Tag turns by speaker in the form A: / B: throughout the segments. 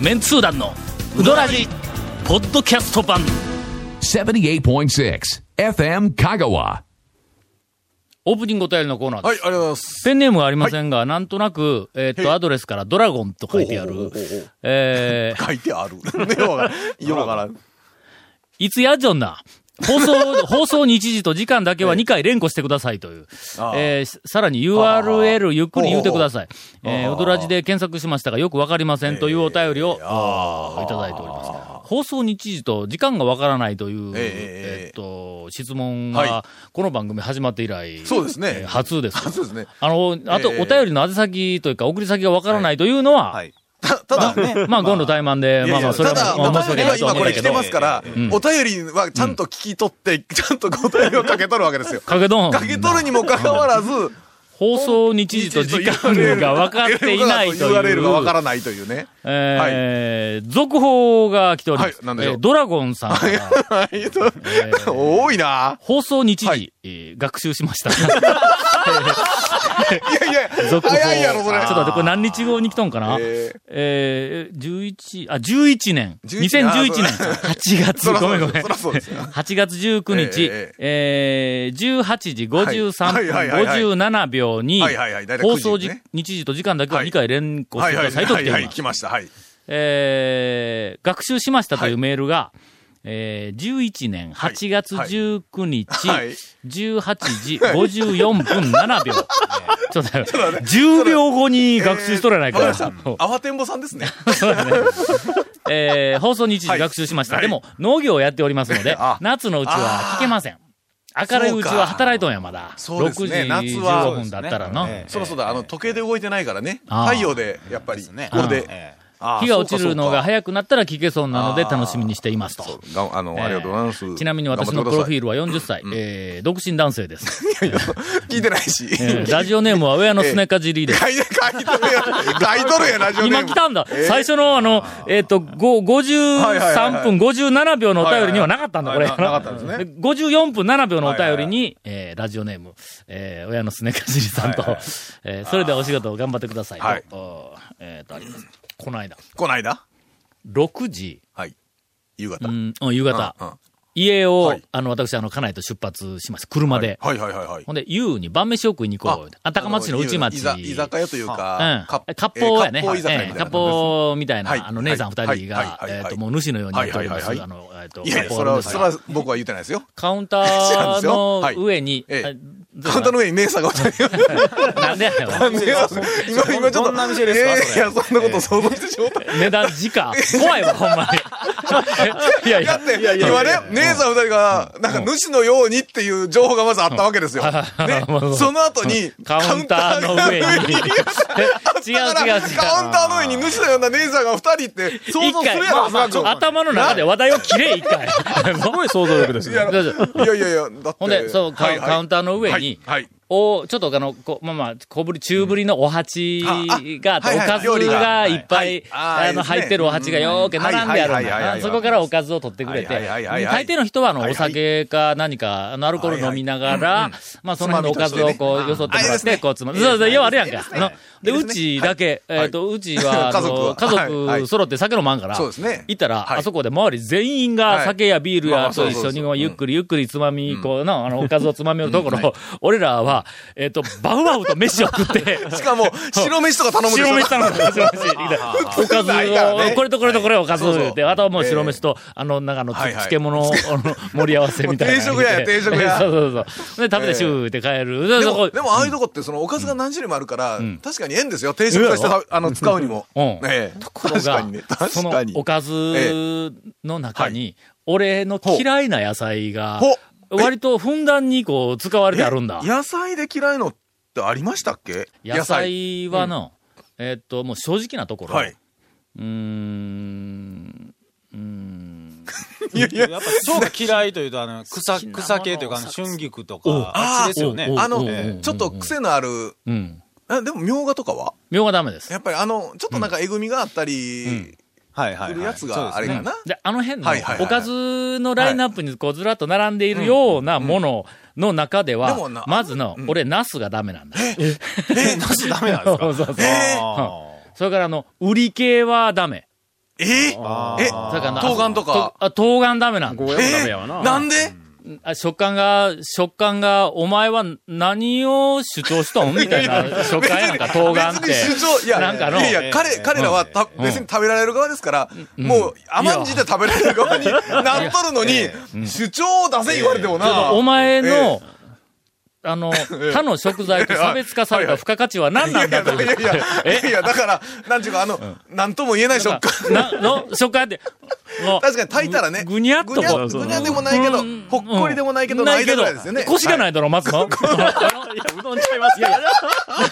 A: メンツー団のウドラジポッドキャスト版
B: 78.6 FM Kagawa.
A: オープニングお便りのコーナーです、
C: はい、ありがとうございます。
A: ペンネームはありませんが、なんとなく、えーっと、アドレスからドラゴンと書いてあ
C: ほう
A: る
C: ほうほうほうほう、
A: えー
C: 書い てある。ねわからんようわからん。
A: いつやじょんな。放 送、放送日時と時間だけは2回連呼してくださいという。
C: ああ
A: えーさらに URL ゆっくり言うてください。え
C: あ
A: ー、
C: あ
A: おどらじで検索しましたがよくわかりませんというお便りを、あ
C: あ
A: ー
C: あ
A: いただいております。放送日時と時間がわからないという、えーっ
C: ええ
A: と、質問が、
C: は
A: この番組始まって以来、
C: そうですね
A: えー初です。
C: 初ですね
A: あの、あと、
C: ええ
A: お便りの宛先というか、送り先がわからないというのは、
D: はい。
C: たただね。
A: まあ、ゴンの怠慢で、
C: い
A: ま
C: や
A: あ
C: い
A: まあ、
C: や
A: それ
C: た
A: は
C: だ、
A: まあ、
C: お
A: まあ申し
C: 便り
A: 訳な
C: はい
A: とは思う
C: 今こ
A: んだ
C: れ
A: けど
C: 来て、ますから
A: ん、
C: お便りはちゃんと聞き取って、ちゃんと答えをかけ取るわけですよ。
A: かけどん。
C: かけ取るにもかかわ らず、
A: 放送日時と時間が分かっていないと
C: URL が分か
A: いう、
C: らないというね。
A: えー、続報が来ております。
C: はい何でしょう
A: えードラゴンさんから、
C: はいと 多いな。
A: 放送日時、えー学習しま した。
C: いやいや、
A: 続報。
C: 早いやろ、それ
A: ちょっ。と待って、これ何日後に来とんかな
C: えー
A: えー、11、あ、11年。
C: 11
A: 2011年。
C: あ
A: 8月、
C: そら
A: ご
C: そ
A: め
C: うん
A: ごめん。
C: そらそうですよ
A: 8月19日、え
C: え
A: ー18時53
C: はい
A: 分
C: はいはいはい
A: 57秒に
C: はいはいはい大、体
A: 放
C: 9時
A: 送
C: に
A: 時
C: ね
A: 日時と時間だけは
C: はい
A: 2回連呼し
C: は
A: て
C: い
A: くだ
C: はい
A: さ
C: はい
A: と来
C: い
A: てお
C: は
A: り
C: い、
A: ます
C: 来。ました。はい。
A: えー学習しましたというメールが、えー11年8月19日、
C: はい
A: 18時54分7秒。 ちょっと待って、10秒後に学習しとらないから。
C: えーわりました。慌てんぼさんですね。
A: そうだね。えー放送日時学習しました。
C: はい
A: でも、農業をやっておりますので
C: あ、
A: 夏のうちは聞けません。明るいうち
C: そう
A: は
C: か
A: 働いとんや、まだ。
C: そうですね
A: 6時
C: 夏は
A: 15分だったらな。
D: ええ
C: そろそろあの時計で動いてないからね。
A: あー
C: 太陽で、やっぱり、
D: ですね。
C: これで。
D: ええ
C: あー
A: 日が落ちるのが
C: そうか
A: 早くなったら聞けそうなので楽しみにしていますと。
C: そうかがあの、ありがとうございます。
A: ちなみに私のプロフィー
C: ル。
A: ルは40歳、えー独身男性です。
C: 聞いてないし。書い
A: えーラジオネームは親のすねかじり です。
C: て、書いとるやん。書いとるやん、ラジオ ネーム
A: 今来たんだ。
C: えー
A: 最初のあの、えっ、と、ご
C: はいはいはいは
A: 53分
C: い
A: 57秒のお便りにはなかったんだ、これ。
C: はいはいはいななかったんですね
A: で54分7秒のお便りに、えーラジオネーム、えー親のすねかじりさんと、
C: はいはい
A: えーそれではお仕事を頑張ってくださいと、
C: はい
A: おーえっ、と、あります。この間、
C: こないだ
A: 6時、
C: はい。夕方。
A: う
C: うん
A: ん、うん夕方、
C: うん
A: 家を、
C: はい
A: あの、私、あの、家内と出発しました。車で。
C: はいはいはいはい。
A: ほんで、夕に晩飯を食いに行こう。あ、高松市の内町。
C: いざ居酒屋という
A: うん
C: か、。
A: 割烹やね。
C: 割烹居酒屋みたいな。
A: 割烹みたいな、
C: はい
A: あの、姉さん二人
C: はいは
A: が
C: い、はいはい
A: えっと、もう主のようにやっております。あ
C: はいはい
A: の、えっと、
C: いやいや、そ
A: 割
C: れ
A: 烹
C: は、
A: です
C: それは僕は言ってないですよ。
A: カウンタ
C: 知ら
A: ー
C: んですよはい
A: の上に、
C: ええ
A: あ
C: カウンターの上に姉さんがおったよ。
A: なんでやねんおい
C: 今、今ちょっと。
D: どんな店ですか
C: いやいや
D: それ
C: いや、そんなこと想像してしまった。
A: 値段時価。怖いわ、ほんま に。いやい
C: だ
A: や
C: っ。て、今ね、姉さん二人が、なんか、主のようにっていう情報がまずあったわけですよ。 ね
A: うん、
C: その後に、
A: カウンターの上に
C: カウ
A: 違う
C: ン ターが上。
A: 違う違う。
C: カウンターの上に主のような姉さんが二人って、想像
A: 一
C: す
A: 回
C: るやろ、そらく
A: 頭の中で話題を切れ、一回。すごい想像力です
C: いやいやいやいや、だって。
A: ほんで、そう、カウ
C: はいはい
A: カウンターの上に、
C: はいはい
A: おちょっとあの、こまあまあ、小ぶり、中ぶりのお鉢があって、
C: あ
A: お
C: あはいはい
A: かずがいっぱい、
C: はいはいあー
A: あの、
C: いいですね
A: 入ってるお鉢がよーけ並んである
C: は
A: ん
C: いはいはい
A: だ
C: は
A: ないそこからおかずを取ってくれて、
C: はいはいはいは
A: 大
C: い
A: 抵の人は、あの、
C: はいはい
A: お酒か何か、あの、アルコール飲みながら、まあ、その辺のおかずをこう、よそっても
C: あい
A: ら
C: い
A: っ
C: です
A: て、
C: ね
A: こう、つまむ。そうそう、ようあるやんか。あので、
C: いいうですね
A: ちだけ、
C: い
A: えっと、うちは、あ
C: 家族
A: の、
C: は
A: 家
C: はいは
A: 族
C: い
A: 揃って酒飲まんから、
C: そうですね
A: 行ったら、
C: はい
A: あそこで周り全員が酒やビール
C: はいま
A: や
C: あそ
A: と
C: う
A: 一
C: そう
A: 緒に
C: そう
A: ゆっくりゆっくりつまみ、こうな、あの、おかずをつまみよるところ、俺らは、えっ、と、バウアウと飯を食って、
C: しかも、白飯とか頼むでしょ
A: 白飯頼む白飯。おかず
C: ないから
A: を、
C: ね
A: これとこれとこれおかず
C: そうそう
A: で、あとはもう白飯と、あの、なんかあの、つ
C: はいはい
A: 漬物をあ の盛り合わせみたいな。
C: もう定食や定食 や
A: そうそうそう。で、食べてシューって帰る。で
C: で
A: そこ
C: も、でもああいうとこって、その、おかずが何種類もあるから、確かに縁ですよ。定食として
A: う
C: た、あの、使うにも。
A: うん
C: ええ
A: ところが、
C: 確かにね。
A: そ
C: 確
A: の
C: かに。
A: おかずの中に、俺の嫌いな野菜が
C: ほ、う
A: 割とふんだんにこう使われてあるんだ
C: え。野菜で嫌いのってありましたっけ
A: 野。菜はの、えーっと、もう正直なところ、
C: はい。
A: うーん、
C: いやいや、
D: やっぱそうか嫌いというと、あの、草、草系というか、あの春菊とか、あっちですよね
A: おう。
C: あの
A: うんうんうん、
C: ちょっと癖のある、
A: うん。
C: あでも、みょうがとかは
A: みょうがダメです。
C: やっぱり、あの、ちょっとなんか、えぐみがあったり、
D: はい
C: す
D: はいはい。
C: るやつが
D: そ
C: あ
D: うで
C: れ
D: すね
C: かな。
A: で、あの辺の
C: はいはいはい
A: おかずのラインナップにこうずらっと並んでいるようなものの中では
C: でもな、
A: まずの、俺、ナスがダメなんだ。
D: え、なしダメなんですか
A: そうそうそう。
C: ええ
D: あー
A: それから、あの、売り系はダメ。
C: えええ
A: だからな
C: 冬瓜とか。
A: あ、冬瓜ダメなんだ
E: ゴーヤもダメやわな。
C: なんで
A: あ食感が、食感が、お前は何を主張しとんみたいな食感やんか、冬瓜って。
C: 別に主張、いや、
A: なんかの
C: いやいや、
D: え
C: 彼、
D: え
C: 彼らはた、
A: うん
C: 別に食べられる側ですから、もう甘んじて食べられる側になっとるの
D: いや
C: に、主張を出せ言われてもな。
A: お前の、
C: ええ
A: あの、他の食材と差別化された付加価値は何
C: い
A: な
C: や
A: ん
C: い
A: だ
C: や、
A: と
C: い
A: いう。
C: やいや、いやいや、だから、なんちゅうか、あの、なんとも言えない食感。
A: な、の、食感で、もう
C: 確かに炊いたらね。
A: ぐにゃっと
C: ぐにゃ
A: こう
E: そうそう
C: ぐにゃでもないけど
A: うん、
C: ほっこりでもないけど、
A: な
C: ないい
A: け
C: け
A: ど
C: どですよね。、
A: 腰がないだろ、松 野。
E: いや、うどんちゃいますよ。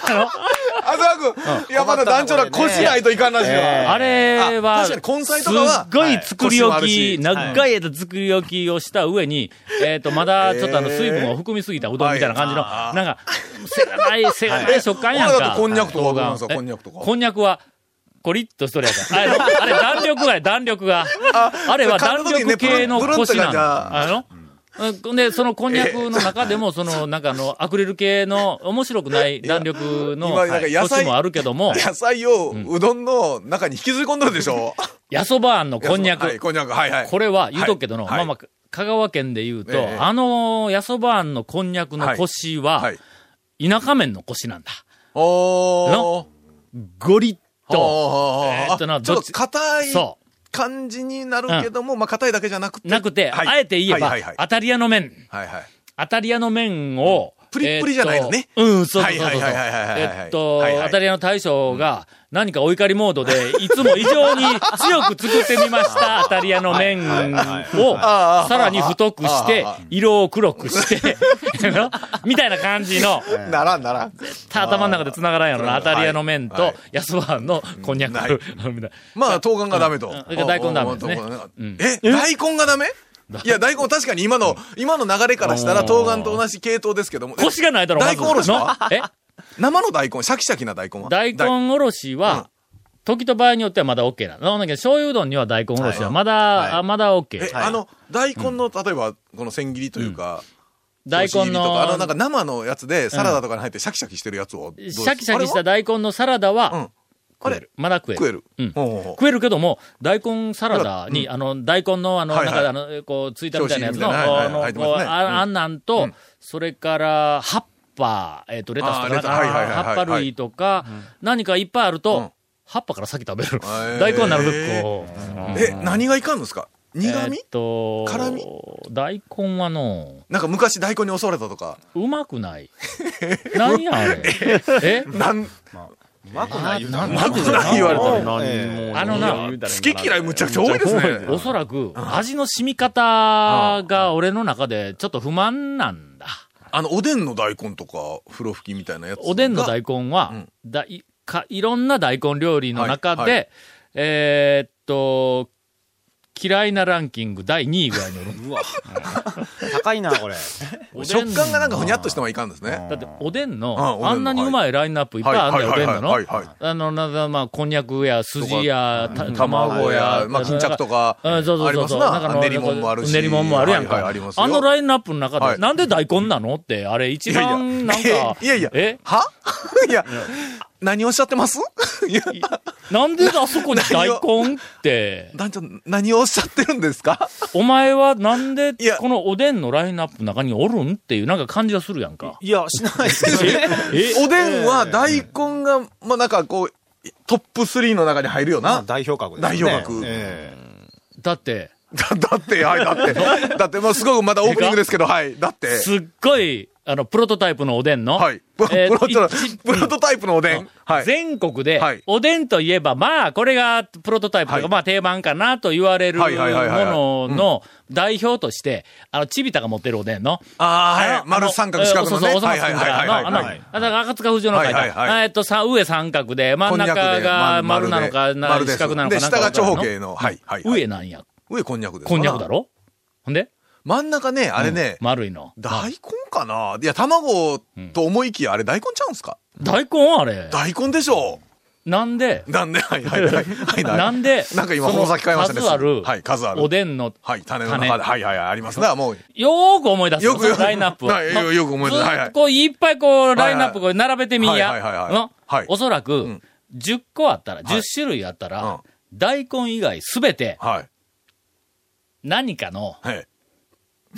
C: あざわくん、いや、まだ団長ら腰ないといかんらしい
E: え
C: わ。
A: あれは、
C: あ確かに根菜とかは
A: すっごい作り置
C: はい
A: き、
C: 腰も
A: 長い枝作り置きをした上に、えっ、と、まだちょっとあの、
C: えー
A: 水分を含みすぎたうどんみたいな感じの、
C: はいあー
A: なんか、せがない、せがない食感やん
C: ほらだ
A: か
C: っ。てこんにゃくとかどうなんですか
A: 冬瓜
C: こんにゃくとか
A: えこんにゃくは、コリッとしとるやつ。あれ、あれ弾力がや、弾力が。あれは弾力系の腰な
C: ブルンブルンって感
A: の。
C: じだ
A: あのうんで、そのこんにゃくの中でも、その、なんかあの、アクリル系の面白くない弾力の
C: 今なんか野菜
A: 腰もあるけども、
C: 野菜をうどんの中に引きずり込んどるでしょ。
A: やそばあんの こんにゃく。
C: はいこんにゃく、はいはい。
A: これは言うとくけどの、
C: はい
A: まあまあ、香川県で言うと、
C: ええ
A: あの、やそばあんのこんにゃくの腰は、
C: はい。
A: 田舎麺の腰なんだ。
C: おー
A: の。ゴリッと、
C: と
A: えーっとな
C: ちょ
A: ど
C: っ
A: っち
C: と硬い
A: そ
C: 感じになるけども、まあ硬いだけじゃなく
A: う、
C: て。
A: なくて、
C: はい
A: あえて言えば、
C: はいはいはい
A: アタリアの麺、
C: はいはい。
A: アタリアの麺を、
C: プリップリじゃないのね
A: えーっとうん、そうそうそうそう。
C: はいはいはいはいはいはい
A: えーっと、
C: はいはい
A: アタリアの大将が、何かお怒りモード で、いつも異常に強く作ってみました、アタリアの麺を、
C: ああ
A: さらに太くして
C: ああ、
A: 色を黒く して、みたいな感じの、
C: ならんならん。
A: 頭の中で繋がらんやろな。
C: は
A: ア
C: い
A: タリアの麺
C: は
A: と
C: い、
A: 安ワンのこんにゃく。
C: はい
A: みたい
C: まあ、冬瓜がダメと。
A: うんそれから大根ダメですね
C: うん
A: うん
C: え、大根がダメいや、大根確かに今の、今の流れからしたら、冬瓜と同じ系統ですけども。
A: な腰がないだろ、まず
C: 大根おろしは
A: のえ
C: 生の大根、シャキシャキな大根は
A: 大
C: 大
A: 根おろしは、時と場合によってはまだ OK なの。なんだけど、醤油うどんには大根おろしはまだ、あまだ
C: え
A: OK、。
C: あの、大根の、例えば、この千切りというか、
A: 大
C: 押し
A: 根
C: 切りとかあの、なん
A: の、
C: か生のやつで、サラダとかに入ってシャキシャキしてるやつをどう
A: シ
C: する。
A: ャキシャキした
C: あれは
A: 大根のサラダは、
C: あ
A: 食
C: れ
A: える。まだ食える。
C: 食える。
A: うん
C: ほうほうほう
A: 食えるけども、大根サラダに、あの、大根の、あの、
C: はい
A: な
C: は
A: ん
C: い
A: か、あの、こう、ついたみたいなやつの、
C: 表紙みた
A: あ
C: いな
A: の、
C: はいはい
A: こう
C: 入ってますねうん
A: ああんなんと、それから、葉っぱ、えっと、レタスとか、
C: あー
A: な
C: レ
A: ん
C: タ
A: か
C: スはいはいはいはい
A: 葉っぱ類とか、何かいっぱいある
C: うん
A: と、葉っぱから先食べる
C: へ。ー
A: 大根はなるべくこう。
C: え、何がいかんのですか苦
A: え
C: 味
A: っと、
C: 辛み
A: 大根はの、
C: なんか昔大根に襲われたとか。
A: うまくない。 何やあれ。え
C: なん、
D: うまくない言うたら
A: まく
C: ない言われたら
D: え
A: あのな
C: 好き嫌いむちゃくちゃ多いですね。
A: おそらく、味の染み方が俺の中でちょっと不満なんだ。
C: あの、おでんの大根とか、風呂吹きみたいなやつが。
A: おでんの大根は、
C: うん
A: だいかいろんな大根料理の中で、
C: はいは
A: えーっと、嫌いなランキング第2位ぐらいにおる。
D: えうわ高いな、これ。
A: おでん
C: 食感がなんかふにゃっとしてはいかんですね。
A: だって、おでんの、
C: あおでんの
A: あんなにうまいラインナップいっぱいあんだよ、
C: はい
A: おでんの
C: はいはいはいはい
A: の。あの、なんだ、まあ、こんにゃくや、すじや、た卵
C: 卵
A: や
C: や、、まあ、巾着とか、
A: う
C: あ
A: ん、そうそう
C: り
A: そうそ
C: ます
A: う。なんか
C: な。
A: の
C: 練り物もあるし。
A: 練り物もあるやんか。
C: はいはいありますよ
A: あのラインナップの中で、
C: はい
A: なんで大根なのって、あれ一番なんか、
C: いやいや。
A: え
C: は いや、何をおっしゃってます いや、
A: なんであそこに大根って、
C: 団長、何をおっしゃってるんですか
A: お前はなんで
C: いや
A: このおでんのラインナップの中におるんっていうなんか感じがするやんか。
D: いや、しないですね。
A: え
C: おでんは大根が、まあ、なんかこう、トップ3の中に入るよ
D: まあ
C: な。だ
D: 代表格ですね。
C: 代表格
D: ええ
A: だって、
C: だって、はい、だって。だって、まあ、すごくまだオープニングですけど、はい。だって。
A: すっごい、あの、プロトタイプのおでんの、
C: はい。プロ
A: えー
C: プロト
A: 一
C: プロトタイプのおでん。はい。
A: 全国で
C: はい、
A: おでんといえば、まあ、これがプロトタイプと
C: は
A: か、
C: い
A: まあ、定番かなと言われるも
C: はいはいはいはいはい
A: のの代表として、あの、ちびたが持ってるおでんの、
C: ああ、
A: あ
C: は
A: の
C: い。丸三角四角のね。
A: そうそう、
C: は
A: 収
C: い
A: まっ
C: はい
A: て
C: はいは
A: あ
C: いはい
A: の、あ
C: はい
A: の、
C: はい。
A: あだから赤塚不二夫の書い
C: はいはい
A: た、
C: はい
A: えっと、さ上三角で、真ん
C: こんにゃ
A: 中
C: くで
A: が
C: ま
A: 丸なのか、
C: 丸で
A: な
C: 丸で
A: 四
C: す
A: 角なのか、
C: で
A: なんかわからん
C: 下が長方形のはいはいはい
A: 上なんや。
C: 上こんにゃくですか
A: こ
C: ら
A: んにゃくだろほんで
C: 真ん中ね、あれね、
A: 丸いの。
C: 大根かないや、卵と思いきや、あれ大根ちゃうんすか
A: 大根あれ。
C: 大根でしょ
A: なんで
C: う。、なんで、はいはいはい。はいは い
A: なんで、
C: なんか今、
A: その
C: この先変えましたね。
A: 数ある、
C: はい、数ある。
A: おでんの、
C: はい、種の中で。はいはいはい、ありますな、もう。
A: よーく思い出すの
C: よくよ
A: そのラインナップを。
C: はいよよく思い出
A: ず
C: す
A: っと
C: はいはい
A: こう、いっぱいこう、ラインナップこう並べてみんや。
C: はいはいはいはい
A: の
C: はい
A: おそらく、
C: ん
A: 10個あったら、10種類あったら、
C: うん
A: 大根以外すべて
C: はい。
A: 何かの
C: はい。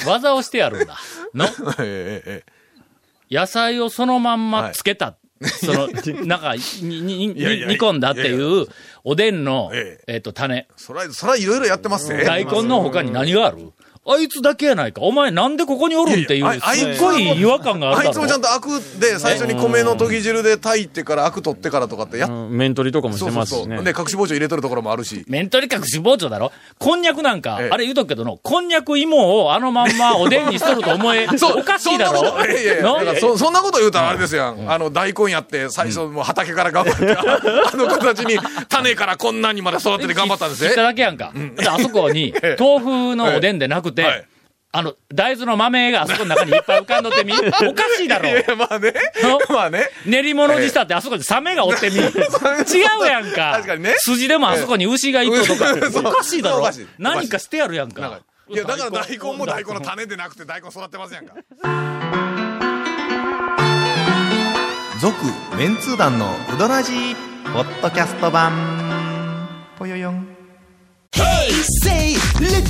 A: 技をしてやるん だ。の
C: えええ
A: 野菜をそのまんまつけた。そ の、なんか、に、に、に
C: いやいや
A: 煮込んだって
C: いや
A: いう、おでんの、
C: え
A: えっと、種。
C: そら、そらいろいろやってますね。
A: 大根の他に何があるあいつだけやないか。お前なんでここにおるんってい、
C: いやいうやああい
A: す
C: つ
A: っごい違和感があ
C: あ
A: る
C: い
A: だ
C: つもちゃ
A: ろ
C: ん。とアクで、最初に米の研ぎ汁で炊いてから、アク取ってからとかってやっ
E: うん面取りとかもし
C: そう
E: て
C: そ
E: ま
C: う
E: すし
C: そ
E: ね
C: う。。で、隠し包丁入れとるところもあるし。
A: 面取り隠し包丁だろこんにゃくなんか、
C: ええ
A: あれ言うとくけどの、こんにゃく芋をあのまんまおでんにしとると思え、おかしいだ
C: そん
A: ろ
C: なこといやいやいや
A: の
C: だからそそんなこと言うたらあれですやん。あの、大根やって、最初もう畑から頑張って、 あの形に、種からこんなにまで育てて頑張ったんです
A: 切った
C: ね。
A: だけやんか。だってあそこ に、豆腐のおでんでなくて、
C: ええはい
A: あの、大豆の豆があそこの中にいっぱい浮かんど ってみ。おかしいだろ
C: い。やいや、まあね
A: の。
C: まあね。
A: 練り物にしたってあ そこにサメがおってみ。違うやんか。
C: 確かにね
A: 筋でもあそこに牛がいととか。
C: ええそう
A: おかしいだ
C: お
A: ろ
C: かしい。
A: 何かしてやるやん
C: なん
A: か
C: か。いや、だから大根も大根の種でなくて大根育ってますやんか。
F: 続メンツー団のウドラジポッドキャスト版ぽよよん
G: Say little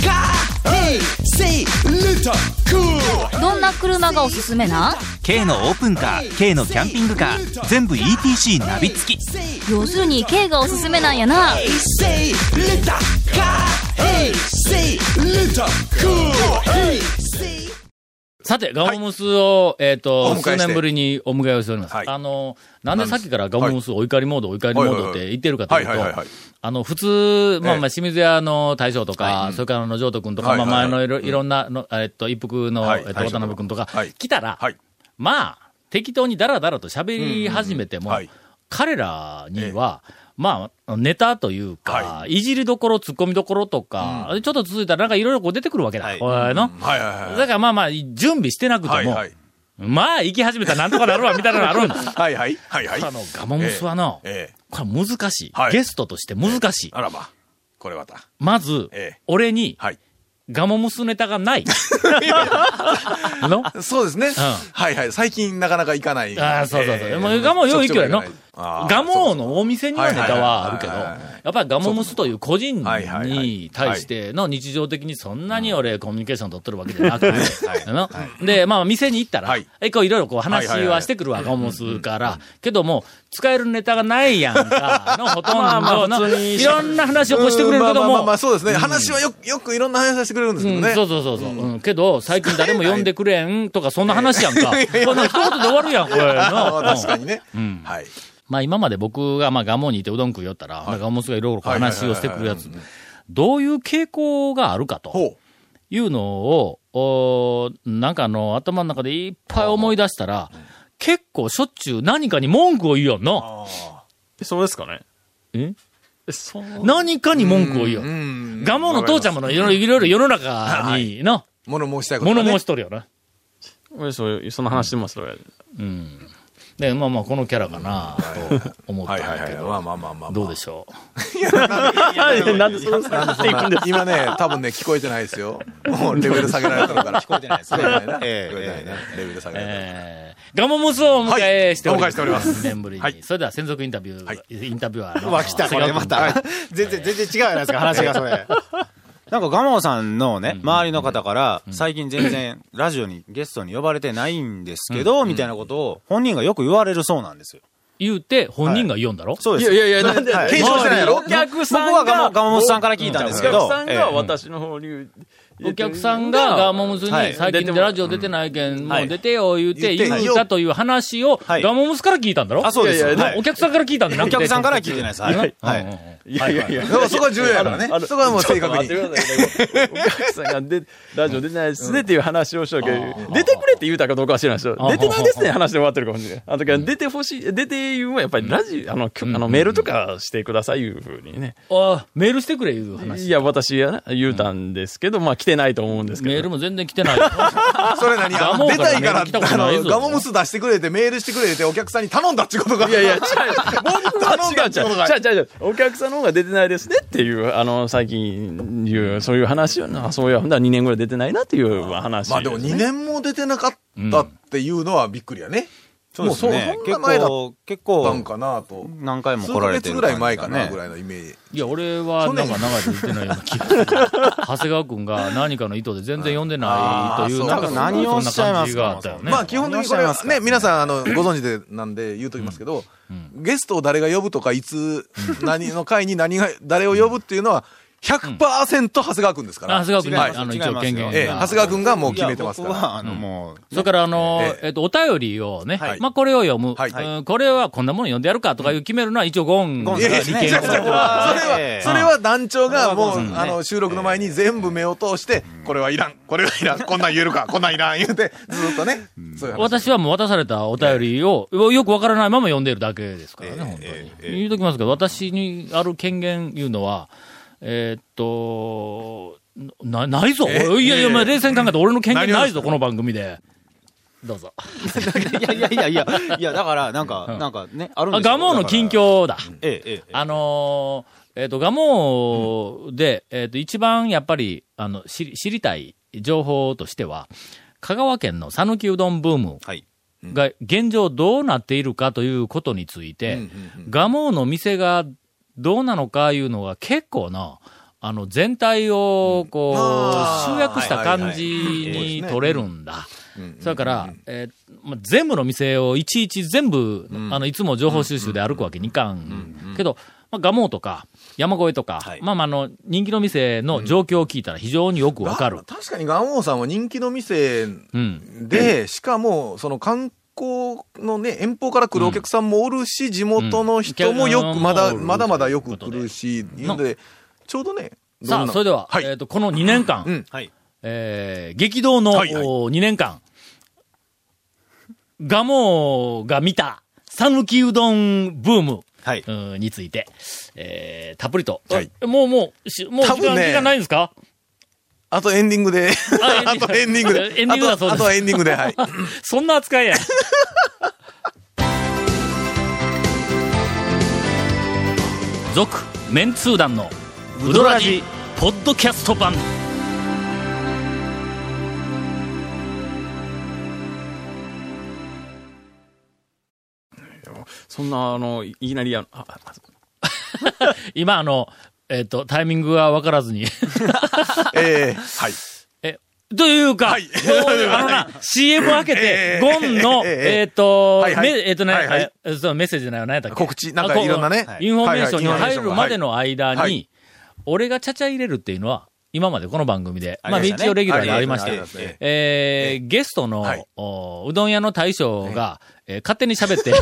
G: car. Hey, say little cool.
H: どんな車がおすすめなん
I: K のオープンカー K のキャンピングカー全部 ETC ナビ付き
H: 要するに K がおすすめなんやな
G: Hey, say little car. Hey, say little cool. Hey, say.
A: さて、ガモムスを、えっと
C: お、迎えし
A: 数
C: て
A: 年ぶりにお迎えをしております。
C: はい
A: あの、なんでさっきからガモムスお怒りモード、お怒りモードって言ってるかと
C: はいいうはいはいは
A: と
C: い、。
A: あの、普通、まあ
C: ええ
A: まあ、清水屋の大将とか、それからあの、城斗君とか、
C: はい
A: まあ
C: はいは
A: 前
C: い
A: のいろいろんなの、えっと、一服の、
C: はい
A: えっと、
C: 大将
A: 渡辺君とか
C: はい、
A: 来たら
C: はい、
A: まあ、適当にダラダラと喋り始めて
C: うんうん
A: も
C: はい、
A: 彼らには、まあ、ネタというか、
C: はい
A: じりどころ、突っ込みどころとか、ちょっと続いたらなんかいろいろこう出てくるわけだ。
D: はい
A: おいの。
C: はいはいはい。
A: だからまあまあ、準備してなく
C: は
A: て
C: い
A: も、
C: はい。
A: まあ、行き始めたらなんとかなるわ、みたいなのあるんです。
C: はいはい。はいはい。
A: あの、ガモムスはの、
C: ええ。
A: これ難しい。
C: はい
A: ゲストとして難しい。
C: あらま。これまた。
A: まず、
C: ええ
A: 俺に、
C: はい。
A: ガモムスネタが ない。の
C: そうですね。はいはい。最近なかなか行かない。
A: ああ、そうそうそう。
C: ええ
A: もうガモよう行くよの
C: ちょっと行。かないああ
A: ガモのお店にはネタはあるけど、
C: はいはいはいはい
A: やっぱりガモムスという個人
C: はいはいはい
A: に対しての日常的にそんなに俺コミュニケーション取ってるわけじゃなくて、 あので、まあ店に行ったら、
C: はい
A: えこういろいろこう話
C: はいはいは
A: はいしてくるわ、ガモムスから。けども、使えるネタがないやんか、のほとんど、のいろんな話をこうしてくれるけど
C: うんまあまあまあ
A: も
C: まあ、、そうですね。話はよく、よくいろんな話させてくれるんですけど
A: うん
C: ね。
A: そうそうそうそう、うんけど、最近誰も呼んでくれんとか、そんな話 やんか。こんな一言で終わるやん、これ。
C: ああ
A: な
C: 確かにね。はい。
A: まあ今まで僕がまあガモにいてうどん食いよったら、ガモスがいろいろこう話をしてくるやつ、どういう傾向があるかと
C: ほ。
A: いうのを、おーなんかあの、頭の中でいっぱい思い出したら、結構しょっちゅう何かに文句を言いよんの。
E: そうですかね。
A: え
E: えそう。
A: 何かに文句を言いうよ。
C: うんん
A: ガモの父ちゃんものいろいろいろ世の中にの、
C: 物申したいこと
A: 物
C: が
A: 申
C: ね。
A: しとるよな。
E: 俺そう、その話してます、それ。
A: で、まあまあこのキャラかなと思った
C: は
A: ん
C: いはい
A: だ
C: は
A: け
C: い。まあ
A: ど、
C: まあまあまあ。
A: どうで
C: ょ
A: しょう。
E: なんでその
C: うそんな今ね、多分ね、聞こえてないですよ。もうレベル下げられたのから。聞こえてないですね。
D: え
C: 聞
D: え
C: こえてないねレベル下げられた。
A: えーガモムスをお迎えしております。
C: はいお迎えしております
A: 2年ぶりに。それでは専属インタビュー、
C: はい
A: インタビュア ーの。
D: わ、来た、これまた。全然、全然違うじゃないですか、話がそれ。 なんか、ガモさんのね、周りの方から、最近全然、ラジオに、ゲストに呼ばれてないんですけど、みたいなことを、本人がよく言われるそうなんですよ。
A: 言うて、本人が言うんだろ、
D: そうです。
E: いやいや、なんで、
D: はい
C: 検証してないやろ
E: お客
D: 僕
E: さんが、
D: はガモ、ガモさんから聞いたんで
E: お
D: すけ
E: 客
D: ど、
E: さん
D: ええ
E: が私の方に、
A: お客さんがガモムス
D: は
A: に
D: い
A: 最近
E: 出ても
A: ラジオ出てないけん、もう出てよ言うて、
C: 言って
A: 言うたという話を
D: はい
A: ガモムスから聞いたんだろ
D: あ、そうです。
E: いやいや
D: はい
A: お客さんから聞いたんだ
D: お客さんから聞いてないです。はい。はい
A: は
D: はいい。
E: いやいやいや。
C: だからそこは重要やからね。そこはもう正確に。
E: ちょっと待ってくださいねお客さんがで、ラジオ出てないですねっていう話をしたけど、出てくれって言うたかどうかは知らんし、出
A: あ
E: てないですね話で終わってるかもしれない。あの時は出てほしい、出て言うのはやっぱりラジオ、あの、きょあのメールとかしてくださいいうふうにね。
A: あメールしてくれいう話。
E: いや、私はな言うたんですけど、まあ来てないと思うんですけど。
A: メールも全然来てない。
C: それ何
A: ガ
C: あ
A: モ
C: の
A: から
C: 出たいから、
A: メール来たこと
C: あ
A: ないぞ
C: の、ガモムス出してくれて、メールしてくれて、お客さんに頼んだってことが。
E: いやいや、違う。僕は違う、違う、違う、違う、違う。お客さんの方が出てないですねっていう、あの、最近言う、そういう話をな、そういう、ほんなら2年ぐらい出てないなっていう話。
C: まあでも2年も出てなかったっていうのはびっくりやね。
D: そうですね
C: もうそ。そ
D: 結
C: んな前だっ
D: 構、結
C: たん
D: 構、
C: かなと。
D: 何回も
C: 数
D: 来ら
C: ヶ
D: れて
C: 月
D: る
C: ぐらい前か
D: 感
C: な、
D: じ
C: ぐ
D: だね
C: らいのイメージ。
A: いや、俺は、なんか長いこと言ってないような気がする。長谷川くんが何かの意図で全然読んでないという、
C: あー
A: なんか
C: そう
A: そんな
D: 何をおっしゃ
A: そん
D: いますか
A: な感じがあったよね。
C: まあ基本的にこれはね、皆さんあのご存知でなんで言うときますけど、ゲストを誰が呼ぶとか、いつ、何の回に何が、誰を呼ぶっていうのは、100%長谷川くんですから。
A: あ長谷川
C: はい
A: くん、あの、
D: 違
A: 一
D: います
A: 応権限
D: 違います
C: ええ、
A: が
C: 長谷川くんがもう決めてます
D: い
C: か
D: や僕
C: ら。
D: は、あの、もう、
A: それから、あの、え
C: え
A: っ
C: え、
A: と、お便りをね、
C: はい
A: まあ、これを読む、
C: はい
A: うんこれはこんなもの読んでやるかとかいう決めるのは、一応、ゴン
D: ゴ
A: が
D: ン
A: 意見
D: さんで
A: を
D: すね。そ
A: する
D: れは
C: それは団長がもう、
D: うん
C: あの、収録の前に全部目を通して、これはいらん、これはいらん、こんなん言えるか、こんなんいらん、言うて、ずっとね、そういう話
A: 私はもう渡されたお便りを、よくわからないまま読んでいるだけですからね、本当に。言うときますけど、私にある権限いうのは、えーっと、な、ないぞ、
C: え
A: いやいや、
C: ええ
A: まあ、冷静に考えて俺の権限
C: 何を
A: ないぞ、この番組で。どうぞ。
D: いやいやいやいや、いや、だから、なんか、なんかね、あるん
A: あ、
D: ですよ
A: ガモーの近。
D: だか
A: 況
D: ら
A: だ。
D: ええ、ええ。
A: あのーえっ、と、ガモーで、えっ、と、一番やっぱり、あの、知り、知りたい情報としては、香川県の讃岐うどんブーム
D: はい。
A: が現状どうなっているかということについて、
C: うんうん
A: ガモーの店がどうなのかいうのが結構な、あの、全体を、こう、
C: あー
A: 集約した感じ
C: はいはいはい
A: に
C: うん
A: 取れるんだ。
C: うんうん
A: それから、えーまあ、全部の店をいちいち全部、
C: ん
A: あの、いつも情報収集で歩くわけにいかん。けど、まあ、ガモーとか、山越えとか、
D: はい
A: まあまあ、あの、人気の店の状況を聞いたら非常によくわかる。
C: 確かにガンオーさんは人気の店
A: うん。
C: で、しかも、その観光のね、遠方から来るお客さんもおるし、地元の人もよ
A: う
C: く、
A: ん
C: まだ、
A: おる
C: まだまだよく来るし、いうので、ちょうどね、どん
A: さあ、
C: な
A: それでは、
C: はい
A: えっ、と、この2年間、
C: うん
D: はい。
A: えー激動の、
C: はいはい
A: お2年間、ガモーが見た、讃岐うどんブーム、
D: はい。
A: うんについて、えーたっぷりと。
C: はい
A: えもう、もう、しもう
C: 多
A: 時間、
C: 分ね
A: 時間ないんですか
C: あとエンディングで、
A: あ、
C: あとエンディングで
A: エンディングだ
C: あ
A: そうで
C: とあ
A: す
C: とはエンディングで、はい。
A: そんな扱いや。 続、メンツー団の、ウドラジ、ポッドキャスト版。
E: そんな、あの、いいきなりや、ああ
A: 今、あの、えっ、と、タイミングがわからずに。
C: ええはい。
A: え、というか、
C: はい
A: もうあのな、CM 開けて、
C: ええ
A: ゴンの、
C: ええ
A: えっと、
C: はいはい
A: めえっとね
C: はいはい、
A: えそのメッセージじゃないわ、何やったっけ
C: 告知なんか
A: あこう
C: いろんなね
A: うインフォメーションに
C: はいはい
A: 入るまでの間
C: は
A: に
C: い、
A: 俺がちゃちゃ入れるっていうのは、今までこの番組で、ま
D: あ
A: あ
D: りましたね
A: 一応レギュラーでありまし
C: あ
A: て
C: りましたねありまし、
A: えーゲストの
C: はい、
A: おうどん屋の大将が、えー勝手に喋 って、一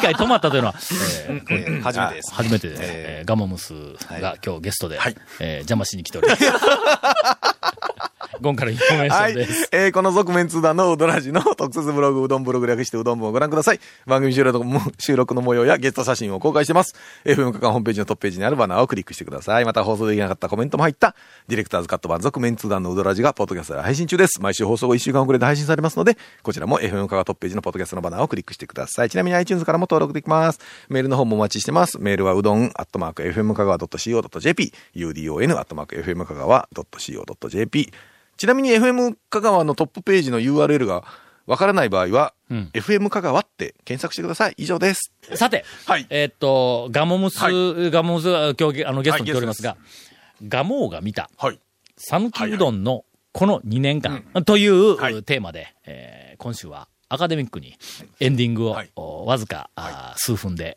A: 回止まったというのは、えー
D: これ初めてです。
A: 初めてです、えーガモムスが今日ゲストで、えー邪魔しに来ております。ゴンからインフォメーシ
C: は
A: ョン
C: い
A: です。。
C: えーこの続面通談のうどらじの特設ブログ、うどんブログ略してうどん部をご覧ください。番組収録も収録の模様やゲスト写真を公開してます。FM 区間ホームページのトップページにあるバナーをクリックしてください。また放送できなかったコメントも入った、ディレクターズカット版続面通談のうどらじがポッドキャストで配信中です。毎週放送後1週間遅れで配信されますので、こちらも FM 区間トップページのポッドキャストのバナーをクリックしてください。ちなみに iTunes からも登録できます。メールの方もお待ちしてます。メールはうどん、アットマーク、FM 香川 .co.jp、udon、アットマーク、FM 香川 .co.jp。ちなみに FM 香川のトップページの URL がわからない場合は、
A: ん
C: FM 香川って検索してください。以上です。
A: さて、
C: はい
A: えーっと、ガモムス、
C: は
A: ガモムスが今日あのゲストに来ておりますが、ガモーが見た、
C: はい。
A: サヌキうどんのこの2年間という
C: はい
A: テーマで、えー今週はアカデミックにエンディングを、
C: はい
A: おわずか、あー数分で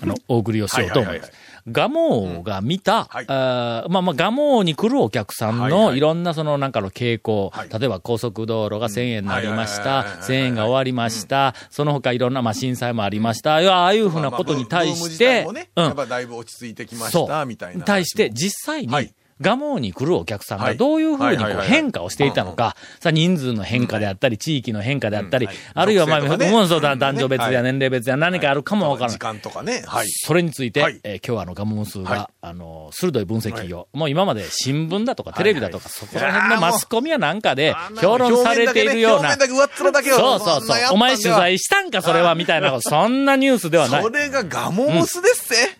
A: あのお送りをしようと思いま
C: はいはいはい
A: す。ガモーが見た、
C: はい
A: あーまあまあ、ガモーに来るお客さん
C: はい
A: の
C: はい
A: いろんなそのなんかの傾向、
C: はい
A: 例えば高速道路が1000円になりました
C: はいはいはいはい、はい
A: 1000円が終わりました、その他いろんなまあ震災もありました、いやああいうふうなことに対して
C: まあまあブーム自体も、ね
A: うん
C: やっぱだいぶ落ち着いてきました、みたいな。
A: 対して、実際
C: は
A: に
C: い、
A: ガモーに来るお客さん
C: は
A: が
C: い
A: どういうふうにこ
C: はいはいは
A: う
C: いはい
A: 変化をしていたのか、さあ人数の変化であったり、地域の変化であったり、あるいはまあ、
C: 属性とかね
A: もうそうだ男女別
C: は
A: や
C: い
A: 年齢別や何かあるかもわからな
C: 時
A: い。
C: 間とかね。はい。
A: それについて、
C: はい
A: えー今日はあのガモン数が、
C: はい
A: あの、鋭い分析を、もう今まで新聞だとかテレビだとか、そこら辺のマスコミやなんかで評論されているような
C: 表面。だけ上っ面だけを
A: そうそうそう。お前取材したんか、それは、みたいな、そんなニュースではない
C: そ。れがガモースですって、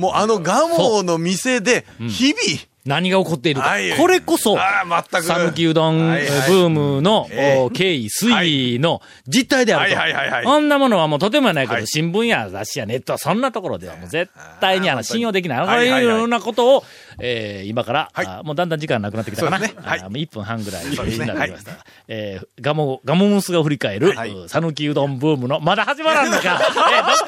C: もうあのガモーの店で、日々、
A: 何が起こっているか。
C: はい
A: これこそ、
C: ああ、全く。
A: 讃岐うどんブ
C: はいはい
A: ームの
C: ええ
A: お経緯、推移の実態であると。
C: はいはいはいはい
A: あんなものはもうとてもないけ
C: は
A: ど、
C: い
A: 新聞や雑誌やネットはそんなところではもう絶対にあの信用できない。あ
C: は
A: の
C: いはいはい
A: いうようなことを、えー今から、
C: はい
A: あもうだんだん時間なくなってきたかな。
C: そうですねはい
A: あもう1分半ぐらいに
C: そうですね
A: なってきました。えーガモ、ガモムスが振り返る、う讃岐うどんブームの、まだ始まらん のか。えー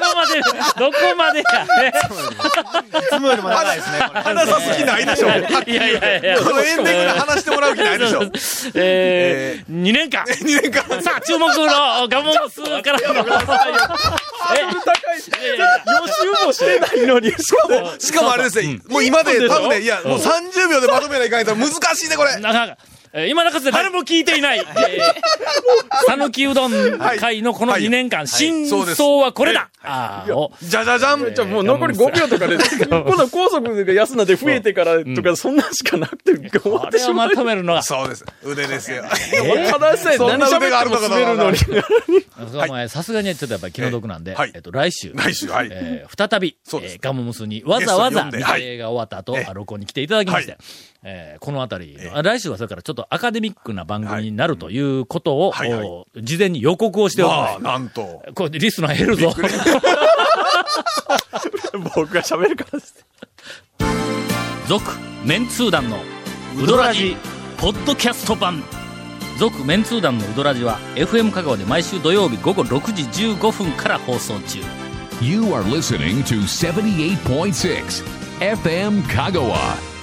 A: どこまで、どこまでや。
D: つむよりも長いですね。これ
C: 話さす気ないでしょ。
A: いやいやいや。
C: このエンディングで話してもらう気ないで しょ。2
A: えー、2年間。
C: 年間。
A: さあ、注目のガモンスからの。 えいやいや
C: しかも、しかもあれですね、もう今で、多分ね、いや、もう30秒でまとめないかんと難しいね、これ。
A: なかなかえー今中で誰も聞いていない、えー讃岐うどん会のこの
C: はい
A: 2年間、真
C: そうです
A: 相はこれだあーを
C: じゃじゃじゃん
E: じゃあもう残り5秒とかで、今度高速が安なって増えてからとか、そんなんしかなくて、終わ
A: あ
E: って
A: れ
E: し
A: を
E: まう
A: ま。とめるのが、
C: そうです。腕です よ。
E: 話さえ
C: そん
E: 何
C: な
E: 喋っ
C: 腕があ
E: て
C: る
E: も
C: のかどう
E: 滑
C: かわ
E: る
C: か
E: の
C: ん
E: に
C: ない。
A: お前さすがにちょっとやっぱり気の毒なんで、
C: えーはい
A: えっと、来週。
C: 来週、はい。
A: えー再び、
C: そうです
A: えーガモムスにわざわざ
C: ゲストを呼んで
A: 見
C: はい
A: 映が終わった後、
C: ええ
A: あ録音に来ていただきまして、
C: は
A: えーこのあたりの、
C: ええ
A: あ来週はそれからちょっとアカデミックな番組になるということを、
C: はいはい
A: お事前に予告をしておく
C: まあ、
A: ので
C: なんと。
A: これでリスナー減るぞ。
E: 僕が喋るからです。
A: 続メンツー団のウドラジポッドキャスト版続メンツー団のウドラジは FM 香川で毎週土曜日午後6時15分から放送中
B: You are listening to 78.6 FM Kagawa.